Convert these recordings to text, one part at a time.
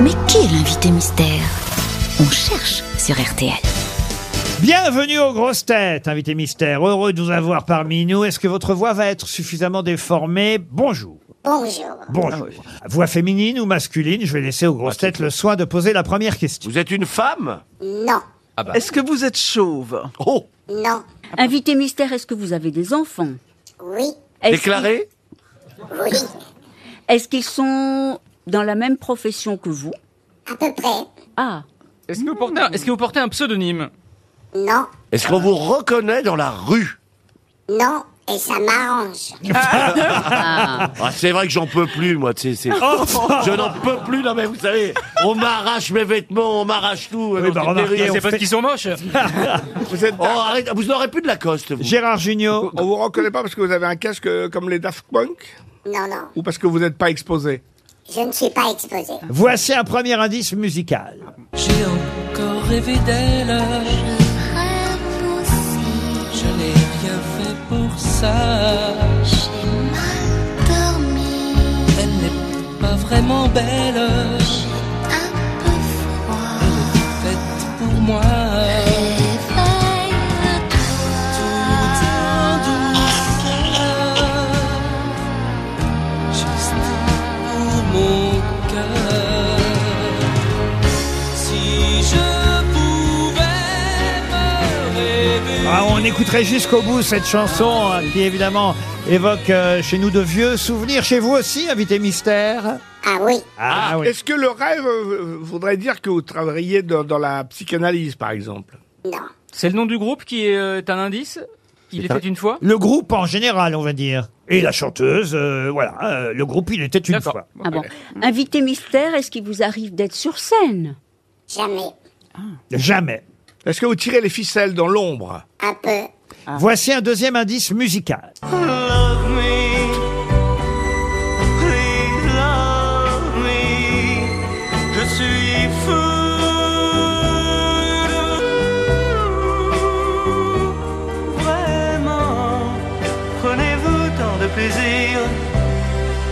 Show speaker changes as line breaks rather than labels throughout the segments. Mais qui est l'invité mystère On cherche sur RTL.
Bienvenue aux grosses têtes, invité mystère. Heureux de vous avoir parmi nous. Est-ce que votre voix va être suffisamment déformée Bonjour.
Bonjour.
Bonjour. Voix féminine ou masculine Je vais laisser aux grosses têtes le soin de poser la première question.
Vous êtes une femme
Non.
Est-ce que vous êtes chauve
Oh
Non.
Invité mystère, est-ce que vous avez des enfants
Oui.
Est-ce
Déclaré
Oui.
qu'ils- Est-ce qu'ils sont dans la même profession que vous
À peu près.
Ah,
Est-ce que, vous portez un- est-ce que vous portez un pseudonyme
Non.
Est-ce qu'on vous reconnaît dans la rue
Non. Et ça m'arrange.
ah, C'est vrai que j'en peux plus, moi. tu sais, c'est-
Oh.
Je n'en peux plus, non mais vous savez, on m'arrache mes vêtements, on m'arrache tout. euh,
Oui, bah, remarquez, on
C'est parce
fait-
qu'ils sont moches.
Oh, arrête, vous n'aurez plus de Lacoste, vous.
Gérard Junior.
On vous reconnaît pas parce que vous avez un casque euh, comme les Daft Punk
Non, non.
ou parce que vous n'êtes pas exposé
Je ne suis pas exposé.
Voici un premier indice musical.
J'ai encore rêvé d'elle. Je n'ai rien fait pour ça. J'ai mal dormi. Elle n'est pas vraiment belle. un peu froid. Elle est faite pour moi. Tout en douceur. Juste pour mon cœur. Si je pouvais me rêver.
Ah, on écouterait jusqu'au bout cette chanson hein, qui évidemment évoque euh, chez nous de vieux souvenirs. Chez vous aussi, invité mystère
Ah oui.
Ah, oui.
Est-ce que le rêve euh, voudrait dire que vous travaillez dans, dans la psychanalyse, par exemple
Non.
C'est le nom du groupe qui euh, est un indice Il était une fois
Le groupe en général, on va dire. Et la chanteuse, euh, voilà. euh, le groupe, il était une
D'accord.
fois.
ah bon. Invité mystère, est-ce qu'il vous arrive d'être sur scène
Jamais.
Jamais.
Est-ce que vous tirez les ficelles dans l'ombre
Un peu.
Voici un deuxième indice musical.
Love me. Please love me. Je suis fou de vous. Vraiment. Prenez-vous tant de plaisir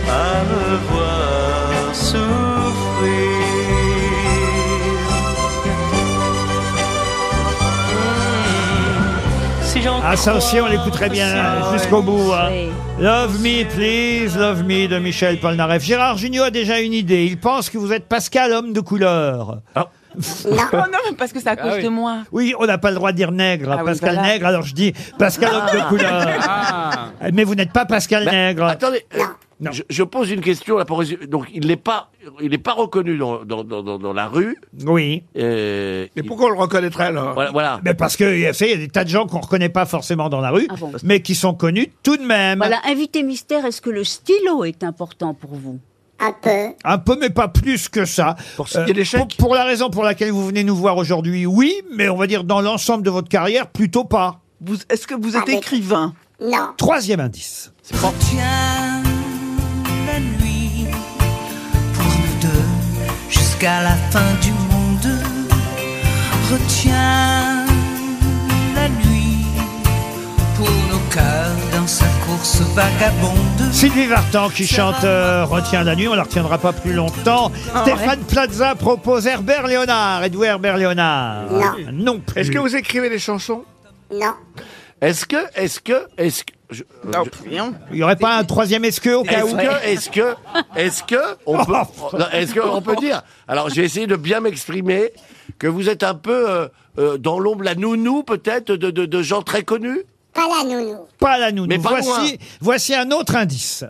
à me voir souffrir. Mm. Si j'en
Ah, ça aussi, on l'écouterait bien euh, jusqu'au bout. hein. Love me, please, love me de Michel Polnareff. Gérard Junior a déjà une idée. Il pense que vous êtes Pascal, homme de couleur.
Non.
Oh Non, parce que c'est à cause
Ah oui.
de moi.
Oui, on n'a pas le droit de dire nègre.
oui,
Pascal
voilà.
nègre, alors je dis Pascal, homme de couleur.
Ah
Mais vous n'êtes pas Pascal nègre.
Attendez, euh,
Non.
Je, je pose une question. Là, pour résumer. Donc, il n'est pas, il n'est pas reconnu dans, dans, dans, dans- dans la rue.
Oui.
euh,
Mais
il-
pourquoi on le reconnaîtrait alors
Voilà. voilà.
Mais parce que, vous savez, il y a des tas de gens qu'on ne reconnaît pas forcément dans la rue,
Ah bon
mais qui sont connus tout de même.
Voilà, invité mystère, est-ce que le stylo est important pour vous
Un peu.
Un peu, mais pas plus que ça.
Pour signer des
pour,
chèques
pour la raison pour laquelle vous venez nous voir aujourd'hui, oui, mais on va dire dans l'ensemble de votre carrière, plutôt pas.
Vous- Est-ce que vous êtes
Avec-
écrivain
Non.
Troisième indice.
Tiens la nuit pour nous deux jusqu'à la fin du monde. Retiens la nuit pour nos cœurs dans sa course vagabonde.
Sylvie Vartan qui chante euh, Retiens la nuit, on la retiendra pas plus longtemps. Stéphane Plaza propose Herbert Léonard. Êtes-vous Herbert Léonard
Non.
Non plus.
Est-ce que vous écrivez des chansons
Non.
Est-ce que, est-ce que, est-ce que, je- euh,
Non,
je-
pff, rien.
Il n'y aurait pas un troisième est-ce que au cas où
Est-ce que, est-ce que, est-ce que, on peut, non, est-ce que on peut dire Alors, j'ai essayé de bien m'exprimer que vous êtes un peu euh, euh, dans l'ombre, la nounou peut-être de, de, de gens très connus.
Pas la nounou.
Pas la nounou.
Mais pas
voici,
loin.
voici un autre indice.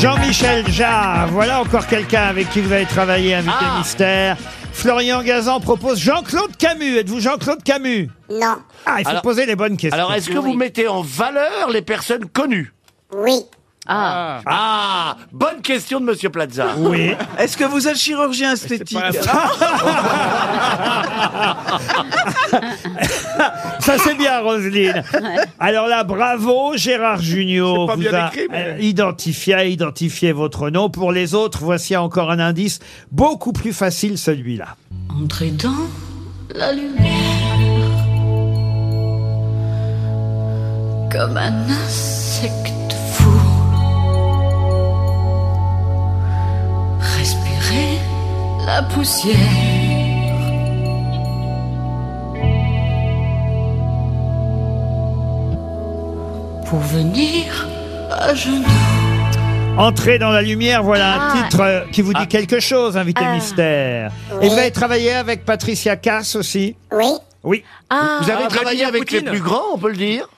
Jean-Michel Jarre, voilà encore quelqu'un avec qui vous allez travailler, invité
Ah.
mystère. Florian Gazan propose Jean-Claude Camus. Êtes-vous Jean-Claude Camus
Non.
Ah, il faut
Alors-
poser les bonnes questions.
Alors, est-ce que vous mettez en valeur les personnes connues
Oui.
Ah,
Ah.
Ah, bonne question de Monsieur Plaza.
Oui.
Est-ce que vous êtes chirurgien esthétique
Ça c'est bien, Roselyne. Alors là, bravo, Gérard Junior.
C'est pas
vous
bien
a
écrit, mais-
euh, identifié, a identifié votre nom. Pour les autres, voici encore un indice beaucoup plus facile, celui-là.
En
Entrez dans la lumière comme un insecte fou. Respirez la poussière. Pour venir à genoux.
Entrer dans la lumière, voilà un
Ah.
titre euh, qui vous dit quelque chose, invité
Ah.
mystère. Et
Oui.
vous avez travaillé avec Patricia Cass aussi
Oui,
Oui.
Ah,
Vous avez
Ah,
travaillé
Vladimir
avec
Poutine.
les plus grands, on peut le dire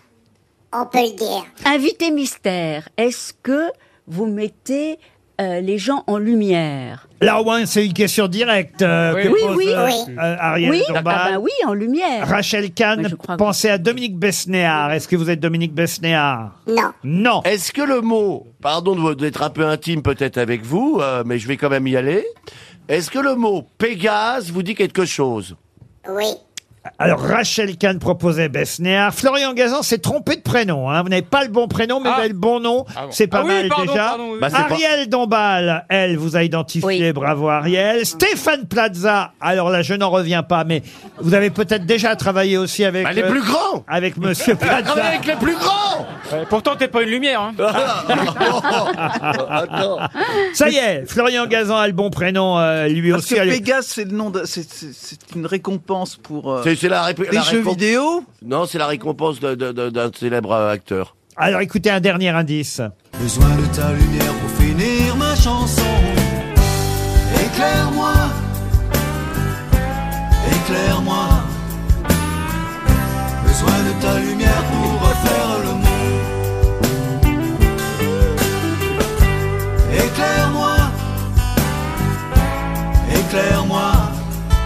on peut le dire.
invité mystère, est-ce que vous mettez euh, les gens en lumière
Là, au moins, c'est une question directe euh,
Oui.
que
Oui,
pose,
oui.
euh,
Oui.
euh, Ariel
Oui, ah
Dombal.
bah oui, en lumière.
Rachel Kahn,
Mais je crois que-
pensez à Dominique Besnéard. Est-ce que vous êtes Dominique Besnéard
Non,
Non.
Est-ce que le mot, pardon de vous- d'être un peu intime peut-être avec vous, euh, mais je vais quand même y aller, est-ce que le mot Pégase vous dit quelque chose
oui.
Alors, Rachel Kahn proposait Besnéard. Florian Gazan s'est trompé de prénom. hein. Vous n'avez pas le bon prénom, mais
Ah.
vous avez le bon nom.
Ah bon.
C'est pas
Ah oui,
mal
pardon,
déjà.
pardon, oui.
Bah, c'est pas-
Ariel Dombal, elle, vous a identifié.
Oui.
Bravo, Ariel. Stéphane Plaza. Alors là, je n'en reviens pas, mais vous avez peut-être déjà travaillé aussi avec...
Bah, Les
euh,
plus grands
Avec Monsieur
Travaillez
Plaza.
avec les plus grands
Ouais, Pourtant, t'es pas une lumière. Hein.
Oh,
Ça y est, Florian Gazan a le bon prénom, euh, lui
Parce
aussi.
que
elle-
Pégase, c'est le nom de. c'est- C'est c'est une récompense pour. euh,
C'est c'est la, rép-
Des
la
jeux
récomp-
vidéo
Non, c'est la récompense de- de- de- d'un célèbre euh, acteur.
Alors écoutez un dernier indice.
Besoin de ta lumière pour finir ma chanson. Éclaire-moi, éclaire-moi. Besoin de ta lumière pour refaire le monde. Éclaire-moi, éclaire-moi.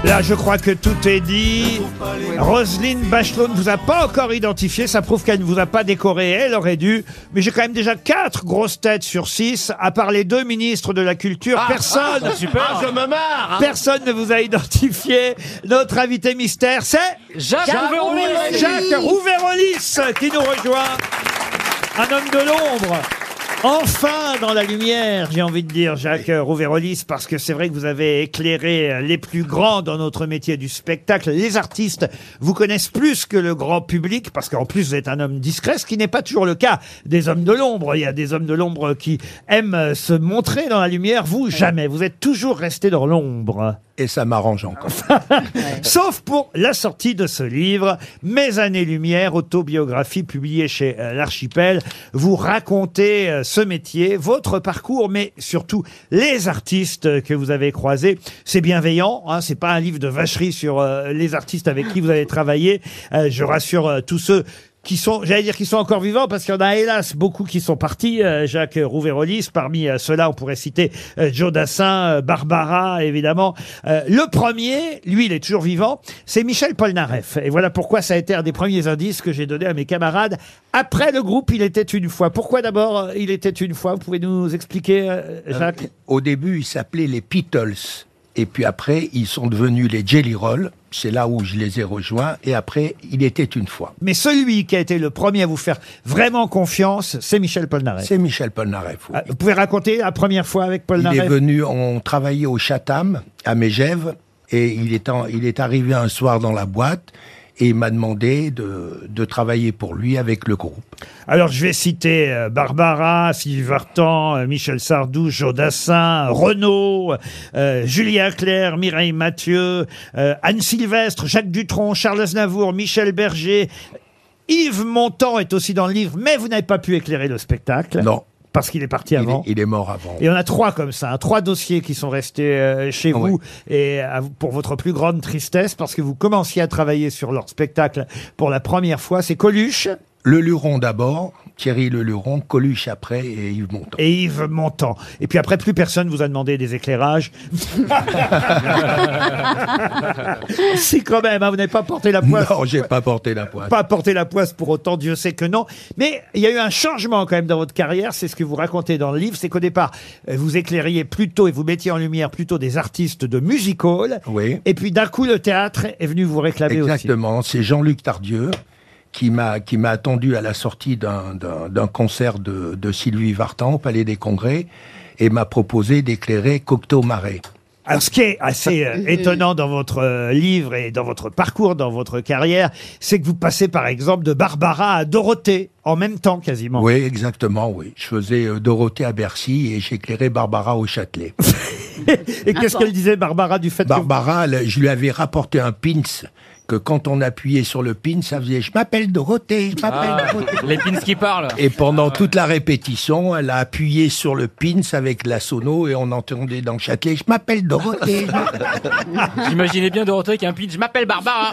Là, je crois que tout est dit.
Pour pas les
Roselyne Bachelot ne vous a pas encore identifié, ça prouve qu'elle ne vous a pas décoré, elle aurait dû. Mais j'ai quand même déjà quatre grosses têtes sur six, à part les deux ministres de la Culture. personne,
Ah, je me marre hein.
personne ne vous a identifié. Notre invité mystère, c'est
Jacques, Rouvérolis.
Jacques Rouvérolis qui nous rejoint. Un homme de l'ombre. Enfin dans la lumière, j'ai envie de dire, Jacques Rouvérolis, parce que c'est vrai que vous avez éclairé les plus grands dans notre métier du spectacle. Les artistes vous connaissent plus que le grand public, parce qu'en plus vous êtes un homme discret, ce qui n'est pas toujours le cas des hommes de l'ombre. Il y a des hommes de l'ombre qui aiment se montrer dans la lumière. Vous, jamais. Vous êtes toujours resté dans l'ombre.
Et ça m'arrange encore.
Sauf pour la sortie de ce livre, Mes années-lumière, autobiographie publiée chez euh, l'Archipel. Vous racontez euh, ce métier, votre parcours, mais surtout les artistes euh, que vous avez croisés. C'est bienveillant, hein, c'est pas un livre de vacherie sur euh, les artistes avec qui vous avez travaillé. Euh, je rassure euh, tous ceux qui sont, j'allais dire qui sont encore vivants, parce qu'il y en a hélas beaucoup qui sont partis, euh, Jacques Rouvérolis, parmi euh, ceux-là, on pourrait citer euh, Joe Dassin, euh, Barbara, évidemment. Euh, le premier, lui, il est toujours vivant, c'est Michel Polnareff. Et voilà pourquoi ça a été un des premiers indices que j'ai donné à mes camarades. Après le groupe, il était une fois. Pourquoi d'abord, euh, il était une fois Vous pouvez nous expliquer, euh, Jacques
Au début, ils s'appelaient les Beatles. Et puis après, ils sont devenus les Jelly Roll. C'est là où je les ai rejoints. Et après, il était une fois.
Mais celui qui a été le premier à vous faire vraiment confiance, c'est Michel Polnareff.
C'est Michel Polnareff. oui.
Ah, Vous pouvez raconter la première fois avec
Il est
Polnareff
venu, on travaillait au Chatham, à Mégève, et il est, en- il est arrivé un soir dans la boîte, et il m'a demandé de, de travailler pour lui avec le groupe.
Alors, je vais citer euh, Barbara, Sylvie Vartan, euh, Michel Sardou, Joe Dassin, Renaud, euh, Julien Clerc, Mireille Mathieu, euh, Anne Sylvestre, Jacques Dutronc, Charles Aznavour, Michel Berger. Yves Montand est aussi dans le livre, mais vous n'avez pas pu éclairer le spectacle.
Non,
Parce qu'il est parti
il est,
avant.
il est mort avant.
Et on a trois comme ça, hein, trois dossiers qui sont restés euh, chez
Ouais.
vous et euh, à vous- pour votre plus grande tristesse parce que vous commenciez à travailler sur leur spectacle pour la première fois. C'est Coluche,
Le Luron d'abord, Thierry Le Luron, Coluche après, et Yves Montand.
et Yves Montand. Et puis après, plus personne vous a demandé des éclairages. si quand même, hein, vous n'avez pas porté la poisse.
Non, j'ai pas porté la pointe.
Pas porté la poisse pour autant, Dieu sait que non. Mais il y a eu un changement quand même dans votre carrière, c'est ce que vous racontez dans le livre, c'est qu'au départ, euh, vous éclairiez plutôt et vous mettiez en lumière plutôt des artistes de music hall.
Oui.
Et puis d'un coup, le théâtre est venu vous réclamer aussi.
Exactement, c'est Jean-Luc Tardieu qui m'a qui m'a attendu à la sortie d'un- d'un d'un concert de, de Sylvie Vartan au Palais des Congrès et m'a proposé d'éclairer Cocteau Marais.
Alors, ce qui est assez
Mm-hmm.
euh, étonnant dans votre euh, livre et dans votre parcours, dans votre carrière, c'est que vous passez par exemple de Barbara à Dorothée en même temps quasiment.
Oui, exactement, oui. Je faisais euh, Dorothée à Bercy et j'éclairais Barbara au Châtelet.
Et qu'est-ce qu'elle disait, Barbara, du fait
Barbara, elle- je lui avais rapporté un pins que quand on appuyait sur le pin, ça faisait « Je m'appelle Dorothée, je m'appelle
Ah,
Dorothée
les pins qui parlent. ». Ah,
Et pendant toute la répétition, elle a appuyé sur le pins avec la sono et on entendait dans le Châtelet « Je m'appelle Dorothée, je m'appelle
J'imaginais bien Dorothée avec un pitch. Je m'appelle Barbara.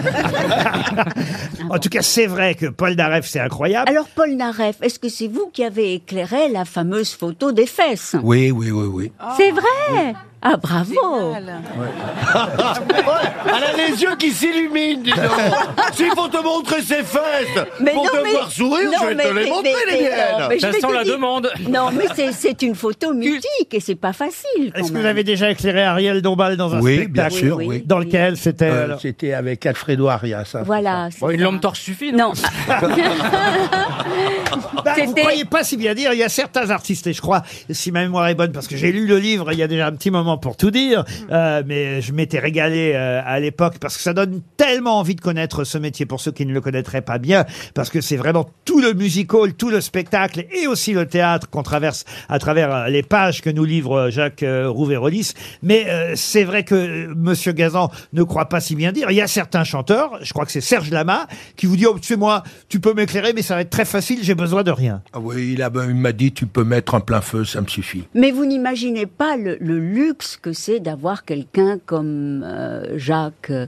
En tout cas, c'est vrai que Paul Naref, c'est incroyable.
Alors, Paul Naref, est-ce que c'est vous qui avez éclairé la fameuse photo des fesses
Oui, oui, oui, oui.
C'est vrai Ah, bravo
Elle a les yeux qui s'illuminent, dis donc S'il faut te montrer ses fesses pour te voir sourire,
non,
je vais
mais-
te les
mais-
montrer,
mais-
les
mais-
miennes
non, mais je
Ça
vais
sent
te
la
dire-
demande.
Non, mais c'est- c'est une photo mythique et c'est pas facile. quand
Est-ce que vous
même.
avez déjà éclairé Ariel Dombal dans un
Oui,
spectacle
bien sûr,
Oui, oui. oui.
Dans lequel c'était
Euh,
alors
C'était avec Alfredo Arias. hein.
Voilà.
Bon, une lampe torche suffit, non
Non.
Bah, Vous
C'était-
croyez pas si bien dire. Il y a certains artistes, et je crois, si ma mémoire est bonne, parce que j'ai lu le livre il y a déjà un petit moment pour tout dire, euh, mais je m'étais régalé euh, à l'époque parce que ça donne tellement envie de connaître ce métier pour ceux qui ne le connaîtraient pas bien, parce que c'est vraiment tout le musical, tout le spectacle et aussi le théâtre qu'on traverse à travers euh, les pages que nous livre euh, Jacques euh, Rouvérolis. Mais euh, c'est vrai que euh, Monsieur Gazan ne croit pas si bien dire. Il y a certains chanteurs, je crois que c'est Serge Lama, qui vous dit Oh, tu sais, moi, tu peux m'éclairer, mais ça va être très facile, j'ai besoin de rien.
Ah oui, il a- il m'a dit « Tu peux mettre un plein feu, ça me suffit ».
Mais vous n'imaginez pas le, le luxe que c'est d'avoir quelqu'un comme euh, Jacques euh,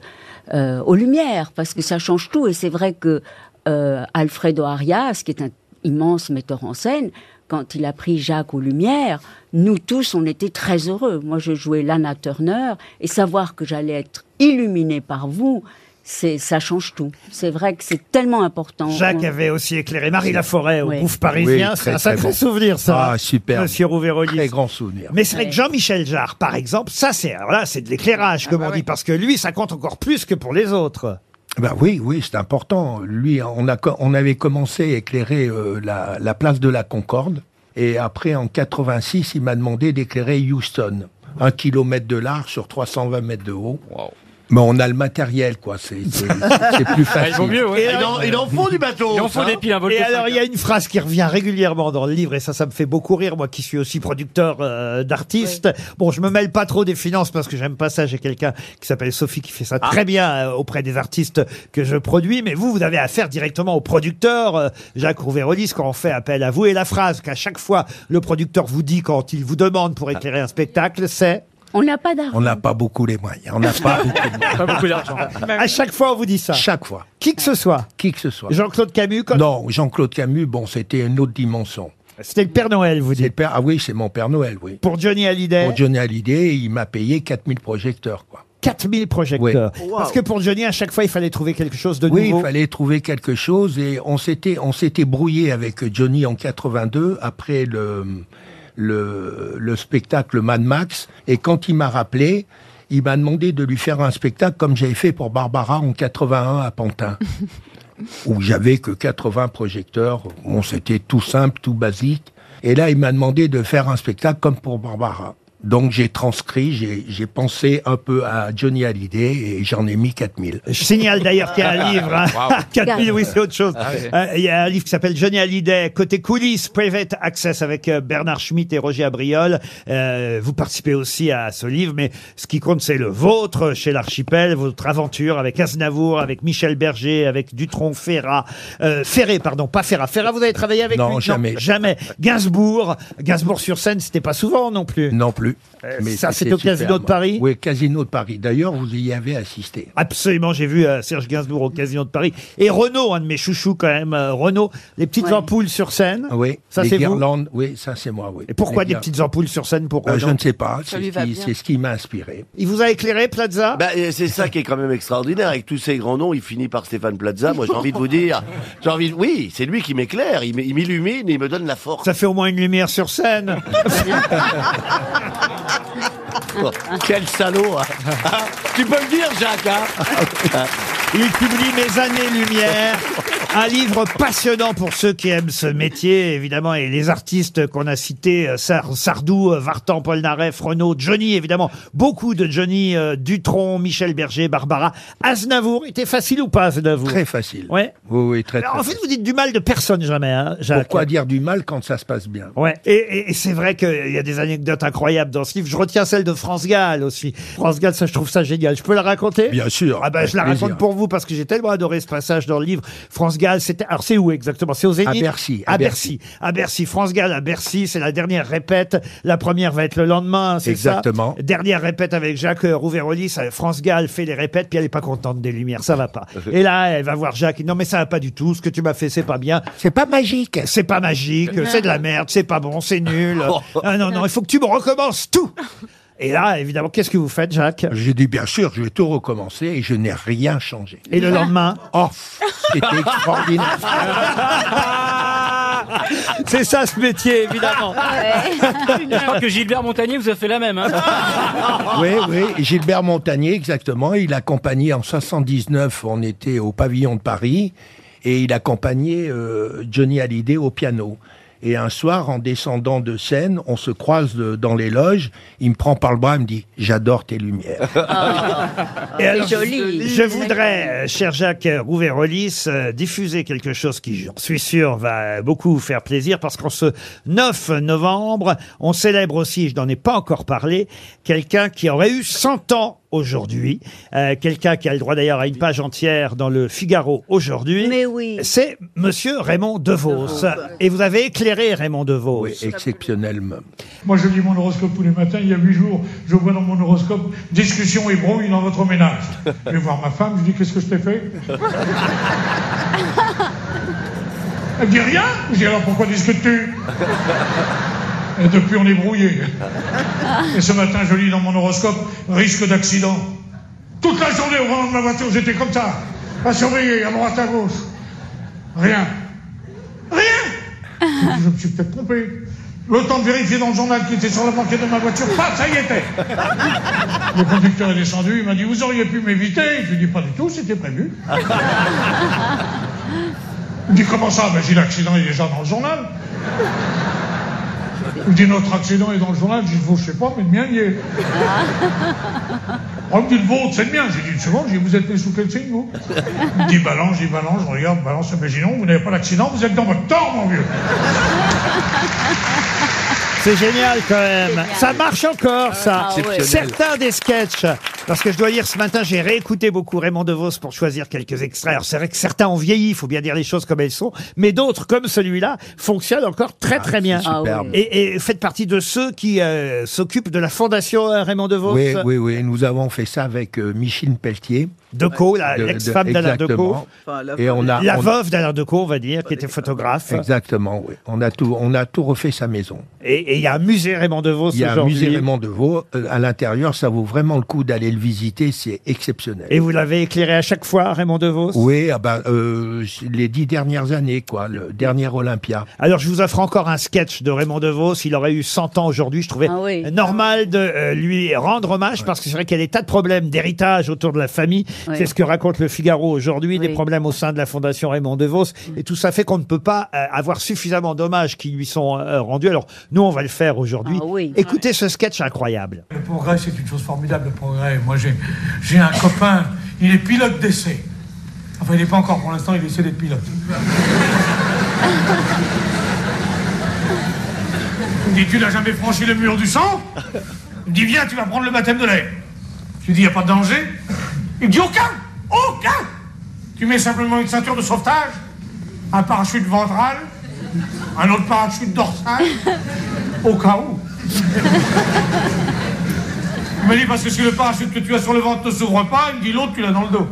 euh, aux Lumières, parce que ça change tout. Et c'est vrai que euh, Alfredo Arias, qui est un immense metteur en scène, quand il a pris Jacques aux Lumières, nous tous, on était très heureux. Moi, je jouais Lana Turner, et savoir que j'allais être illuminée par vous, c'est ça change tout. C'est vrai que c'est tellement important.
Jacques
On-
avait aussi éclairé Marie Laforêt au
Oui.
Bouffe Parisien.
Oui, très,
c'est un
très
sacré
bon.
souvenir, ça.
Ah, super.
Monsieur Rouvérolis.
Très grand souvenir.
Mais c'est vrai que Jean-Michel Jarre, par exemple, ça c'est alors là c'est de
Ah,
l'éclairage,
bah
comme on dit, parce que lui, ça compte encore plus que pour les autres.
Ben oui, oui, c'est important. Lui, on, a, co- on avait commencé à éclairer euh, la, la place de la Concorde. Et après, en 86, il m'a demandé d'éclairer Houston. Un kilomètre de large sur 320 mètres de haut. Mais on a le matériel, quoi. C'est c'est- c'est plus
Ah, Il vaut
facile.
mieux, ouais.
il, en, il en faut du bateau
Il en faut
hein.
des piles, un vol
Et
pour
alors
cinq,
il y a une phrase qui revient régulièrement dans le livre et ça ça me fait beaucoup rire moi qui suis aussi producteur euh, d'artistes. Bon, je me mêle pas trop des finances parce que j'aime pas ça, j'ai quelqu'un qui s'appelle Sophie qui fait ça
Ah.
très bien euh, auprès des artistes que je produis mais vous vous avez affaire directement au producteur euh, Jacques Rouvérolis quand on fait appel à vous et la phrase qu'à chaque fois le producteur vous dit quand il vous demande pour éclairer un spectacle, c'est
On n'a pas d'argent.
On n'a pas beaucoup les moyens. On n'a pas beaucoup de moyens.
hein. Pas beaucoup d'argent.
à chaque fois on vous dit ça.
Chaque fois.
Qui que ce soit.
Qui que ce
Ah.
soit.
Jean-Claude Camus, quand
Non, Jean-Claude Camus, bon, c'était une autre dimension.
c'était le Père Noël, vous
C'est le
dites.
père, ah oui, c'est mon Père Noël, oui.
Pour Johnny
Eh.
Hallyday,
Pour Johnny Hallyday, il m'a payé 4000 projecteurs, quoi.
4000 projecteurs. Parce que pour Johnny, à chaque fois, il fallait trouver quelque chose de
Oui,
nouveau.
il fallait trouver quelque chose et on s'était on s'était brouillé avec Johnny en 82 après le le, le spectacle Mad Max et quand il m'a rappelé, il m'a demandé de lui faire un spectacle comme j'avais fait pour Barbara en 81 à Pantin. où j'avais que 80 projecteurs, bon c'était tout simple, tout basique et là il m'a demandé de faire un spectacle comme pour Barbara. Donc j'ai transcrit, j'ai j'ai pensé un peu à Johnny Hallyday et j'en ai mis 4000.
Je signale d'ailleurs qu'il y a un livre. hein. 4000, oui, c'est autre
Ah
chose.
ouais.
Euh, Il y a un livre qui s'appelle Johnny Hallyday, Côté coulisses, Private Access avec euh, Bernard Schmitt et Roger Abriol. Euh, vous participez aussi à ce livre, mais ce qui compte, c'est le vôtre chez l'archipel, votre aventure avec Aznavour, avec Michel Berger, avec Dutronc, Ferrat, euh, Ferré, pardon, pas Ferrat. Ferrat, vous avez travaillé avec
Non,
lui
jamais.
Jamais. Gainsbourg, Gainsbourg sur scène, c'était pas souvent non plus.
Non plus.
Euh, ça,
c'était
c'était au
superbe.
Casino de Paris
Oui, Casino de Paris. D'ailleurs, vous y avez assisté.
Absolument, j'ai vu euh, Serge Gainsbourg au Casino de Paris. Et Renault, un de mes chouchous quand même, euh, Renault, les petites
Ouais.
ampoules sur scène.
Oui,
Ah. ça
les
c'est vous.
guirlandes. Oui, ça c'est moi. Oui.
Et pourquoi
Les
des
guirlandes.
petites ampoules sur scène pour
Ben, Je
Renault
ne sais pas.
lui
C'est ce
va
qui-
bien.
c'est ce qui m'a inspiré.
Il vous a éclairé, Plaza
Ben-
Bah, et c'est ça qui est quand même extraordinaire. Avec tous ces grands noms, il finit par Stéphane Plaza. Moi, j'ai envie de vous dire. J'ai envie de- Oui, c'est lui qui m'éclaire. Il m- il m'illumine et il me donne la force.
Ça fait au moins une lumière sur scène.
Quel salaud hein. Tu peux le dire, Jacques hein
Il publie Mes années-lumière Un livre passionnant pour ceux qui aiment ce métier, évidemment, et les artistes qu'on a cités, euh, Sar- Sardou, euh, Vartan, Polnareff, Renaud, Johnny, évidemment, beaucoup de Johnny, euh, Dutron, Michel Berger, Barbara. Aznavour, était facile ou pas Aznavour
Très facile.
Ouais.
Oui, oui, très,
Alors,
très
en fait, vous dites du mal de personne jamais, hein, Jacques.
Pourquoi dire du mal quand ça se passe bien
Ouais. Et, et- et c'est vrai qu'il y a des anecdotes incroyables dans ce livre. Je retiens celle de France Gall aussi. France Gall, ça, je trouve ça génial. Je peux la raconter
Bien sûr.
Ah ben, je la
Avec
raconte
plaisir.
pour vous parce que j'ai tellement adoré ce passage dans le livre. France Gall, c'était. Alors, c'est où exactement C'est aux Zénith
À Bercy,
À,
à
Bercy. À Bercy. France Gall à Bercy, c'est la dernière répète. La première va être le lendemain, c'est ça
Exactement.
Dernière répète avec Jacques euh, Rouvérolis. Ça, France Gall fait les répètes, puis elle est pas contente des lumières. Ça va pas.
Euh,
Et là, elle va voir Jacques. Non, mais ça va pas du tout. Ce que tu m'as fait, c'est pas bien.
C'est pas magique.
C'est pas magique, c'est de la merde, c'est pas bon, c'est nul. Ah non, non, il faut que tu me recommences tout. Et là, évidemment, qu'est-ce que vous faites, Jacques
J'ai dit bien sûr, je vais tout recommencer et je n'ai rien changé.
Et le lendemain
Oh, c'était extraordinaire.
C'est ça ce métier, évidemment.
Je crois que Gilbert Montagnier vous a fait la même. hein.
Oui, oui, Gilbert Montagnier, exactement. Il accompagnait en 79, on était au pavillon de Paris, et il accompagnait euh, Johnny Hallyday au piano. Et un soir, en descendant de scène, on se croise euh, dans les loges, il me prend par le bras, il me dit « J'adore tes lumières
Et alors,
joli.
Je voudrais, euh, cher Jacques Rouvérolis, euh, diffuser quelque chose qui, j'en suis sûr, va beaucoup vous faire plaisir, parce qu'en ce 9 novembre, on célèbre aussi, je n'en ai pas encore parlé, quelqu'un qui aurait eu 100 ans aujourd'hui, Euh, quelqu'un qui a le droit d'ailleurs à une page entière dans le Figaro aujourd'hui.
Mais oui.
C'est Monsieur Raymond Devos. Et vous avez éclairé Raymond Devos. ».
Exceptionnellement.
Moi, je lis mon horoscope tous les matins. Il y a huit jours, je vois dans mon horoscope discussion et brouille dans votre ménage. Je vais voir ma femme, je dis Qu'est-ce que je t'ai fait Elle me dit rien. Je dis Alors pourquoi discutes-tu Et depuis, on est brouillés. Et ce matin, je lis dans mon horoscope risque d'accident. Toute la journée au volant de ma voiture, j'étais comme ça, à surveiller à droite, à gauche. Rien. Rien Je me suis peut-être trompé. Le temps de vérifier dans le journal qui était sur le banquet de ma voiture, pas, ça y était Le conducteur est descendu, il m'a dit Vous auriez pu m'éviter Je lui ai dit Pas du tout, c'était prévu. Il me dit Comment ça Ben, J'ai dit L'accident est déjà dans le journal. Il me dit Notre accident est dans le journal. Je dis Vous, je sais pas, mais le mien y est. Oh, il me dit, le vôtre, c'est le mien. J'ai dit, une seconde, j'ai dit, vous êtes né sous quel signe, vous Il me dit, balance, j'ai dit, balance, je regarde, balance, imaginons, vous n'avez pas l'accident, vous êtes dans votre temps, mon vieux.
C'est génial quand même. Ça marche encore, ça.
Ah ouais.
Certains des sketchs. Parce que je dois dire, ce matin, j'ai réécouté beaucoup Raymond DeVos pour choisir quelques extraits. Alors, c'est vrai que certains ont vieilli, il faut bien dire les choses comme elles sont. Mais d'autres, comme celui-là, fonctionnent encore très, très bien.
c'est superbe. Ah
et, et faites partie de ceux qui euh, s'occupent de la fondation euh, Raymond DeVos.
Oui, oui, oui, nous avons fait ça avec euh, Micheline Pelletier.
Decaux, la-
De- de-
l'ex-femme d'Alain Decaux.
exactement.
Enfin, la-
Et on a,
La
on-
veuve d'Alain Decaux, on va dire, qui était photographe.
Exactement, oui. On a tout, on a tout refait sa maison.
Et et il y a un musée Raymond DeVos
Il y a un musée
aujourd'hui.
Raymond Devaux euh, à l'intérieur, ça vaut vraiment le coup d'aller le visiter, c'est exceptionnel.
Et vous l'avez éclairé à chaque fois, Raymond DeVos
Oui, ah ben, euh, les dix dernières années, quoi, le dernier Olympia.
Alors, je vous offre encore un sketch de Raymond DeVos. Il aurait eu 100 ans aujourd'hui. Je trouvais
Ah oui.
normal de euh, lui rendre hommage parce que c'est vrai qu'il y a des tas de problèmes d'héritage autour de la famille.
Oui.
C'est ce que raconte le Figaro aujourd'hui, des
Oui.
problèmes au sein de la Fondation Raymond DeVos. Et tout ça fait qu'on ne peut pas euh, avoir suffisamment d'hommages qui lui sont euh, rendus. Alors, nous, on va le faire aujourd'hui.
Ah oui.
Écoutez ce sketch incroyable.
Le progrès, c'est une chose formidable, le progrès. Moi, j'ai, j'ai un copain, il est pilote d'essai. Enfin, il n'est pas encore pour l'instant, il essaie d'être pilote. Il me dit, tu n'as jamais franchi le mur du sang Il me dit, viens, tu vas prendre le baptême de l'air. Je lui dis, il n'y a pas de danger Il me dit, aucun Aucun Tu mets simplement une ceinture de sauvetage, un parachute ventral, un autre parachute dorsal, au cas où. Il me dit parce que si le parachute que tu as sur le ventre ne s'ouvre pas, il me dit l'autre, tu l'as dans le dos.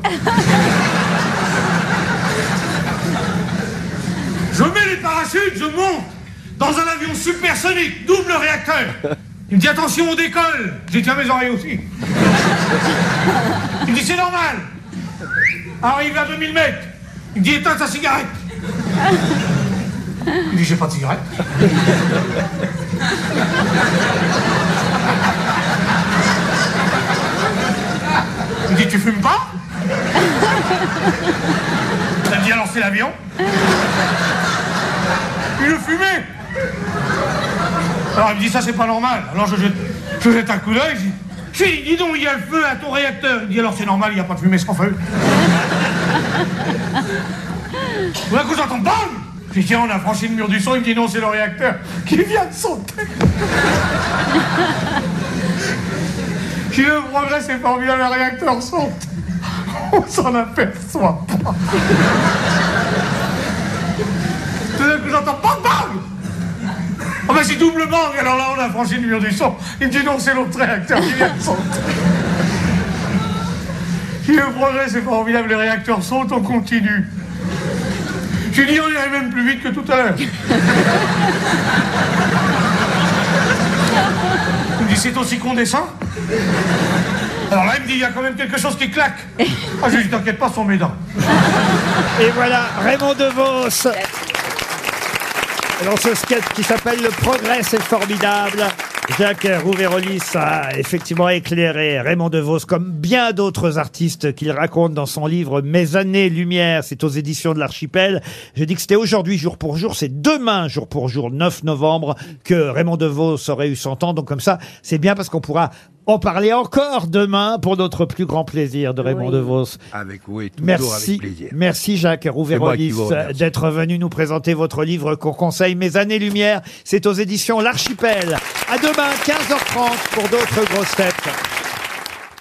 Je mets les parachutes, je monte dans un avion supersonique, double réacteur. Il me dit attention, on décolle. J'ai tiens mes oreilles aussi. Il me dit c'est normal. Arrive à 2000 mètres. Il me dit éteins ta cigarette. Il me dit j'ai pas de cigarette. Il me dit, tu fumes pas Il me dit, alors lancer l'avion. Une fumée Alors il me dit ça c'est pas normal. Alors je jette, je jette un coup d'œil, je dis, si, dis donc, il y a le feu à ton réacteur. Il me dit alors c'est normal, il n'y a pas de fumée sans feu. Tout d'un coup j'entends BAM Puis tiens, on a franchi le mur du son, il me dit non c'est le réacteur qui vient de sauter. Si le progrès c'est formidable, le réacteur saute. On s'en aperçoit pas. Tout d'un coup, j'entends bang bang Ah bah c'est double bang Alors là, on a franchi le mur du son. Il me dit non, c'est l'autre réacteur qui vient de sauter. Si le progrès c'est formidable, le réacteur saute, on continue. Je lui dis, on irait même plus vite que tout à l'heure. Il me dit, c'est aussi condescend alors là, il me dit, il y a quand même quelque chose qui claque. Ah, je lui dis, t'inquiète pas, sont mes dents.
Et voilà, Raymond DeVos. Dans ce sketch qui s'appelle Le progrès, c'est formidable. Jacques Rouvérolis a effectivement éclairé Raymond DeVos comme bien d'autres artistes qu'il raconte dans son livre Mes années lumière. C'est aux éditions de l'Archipel. J'ai dit que c'était aujourd'hui jour pour jour. C'est demain jour pour jour, 9 novembre, que Raymond DeVos aurait eu 100 ans. Donc comme ça, c'est bien parce qu'on pourra en parler encore demain pour notre plus grand plaisir de Raymond DeVos.
Avec oui, toujours
Merci,
avec plaisir.
merci Jacques Rouvérolis
qui vous remercie.
d'être venu nous présenter votre livre qu'on conseille Mes années lumière. C'est aux éditions L'Archipel. À demain 15h30 pour d'autres grosses têtes.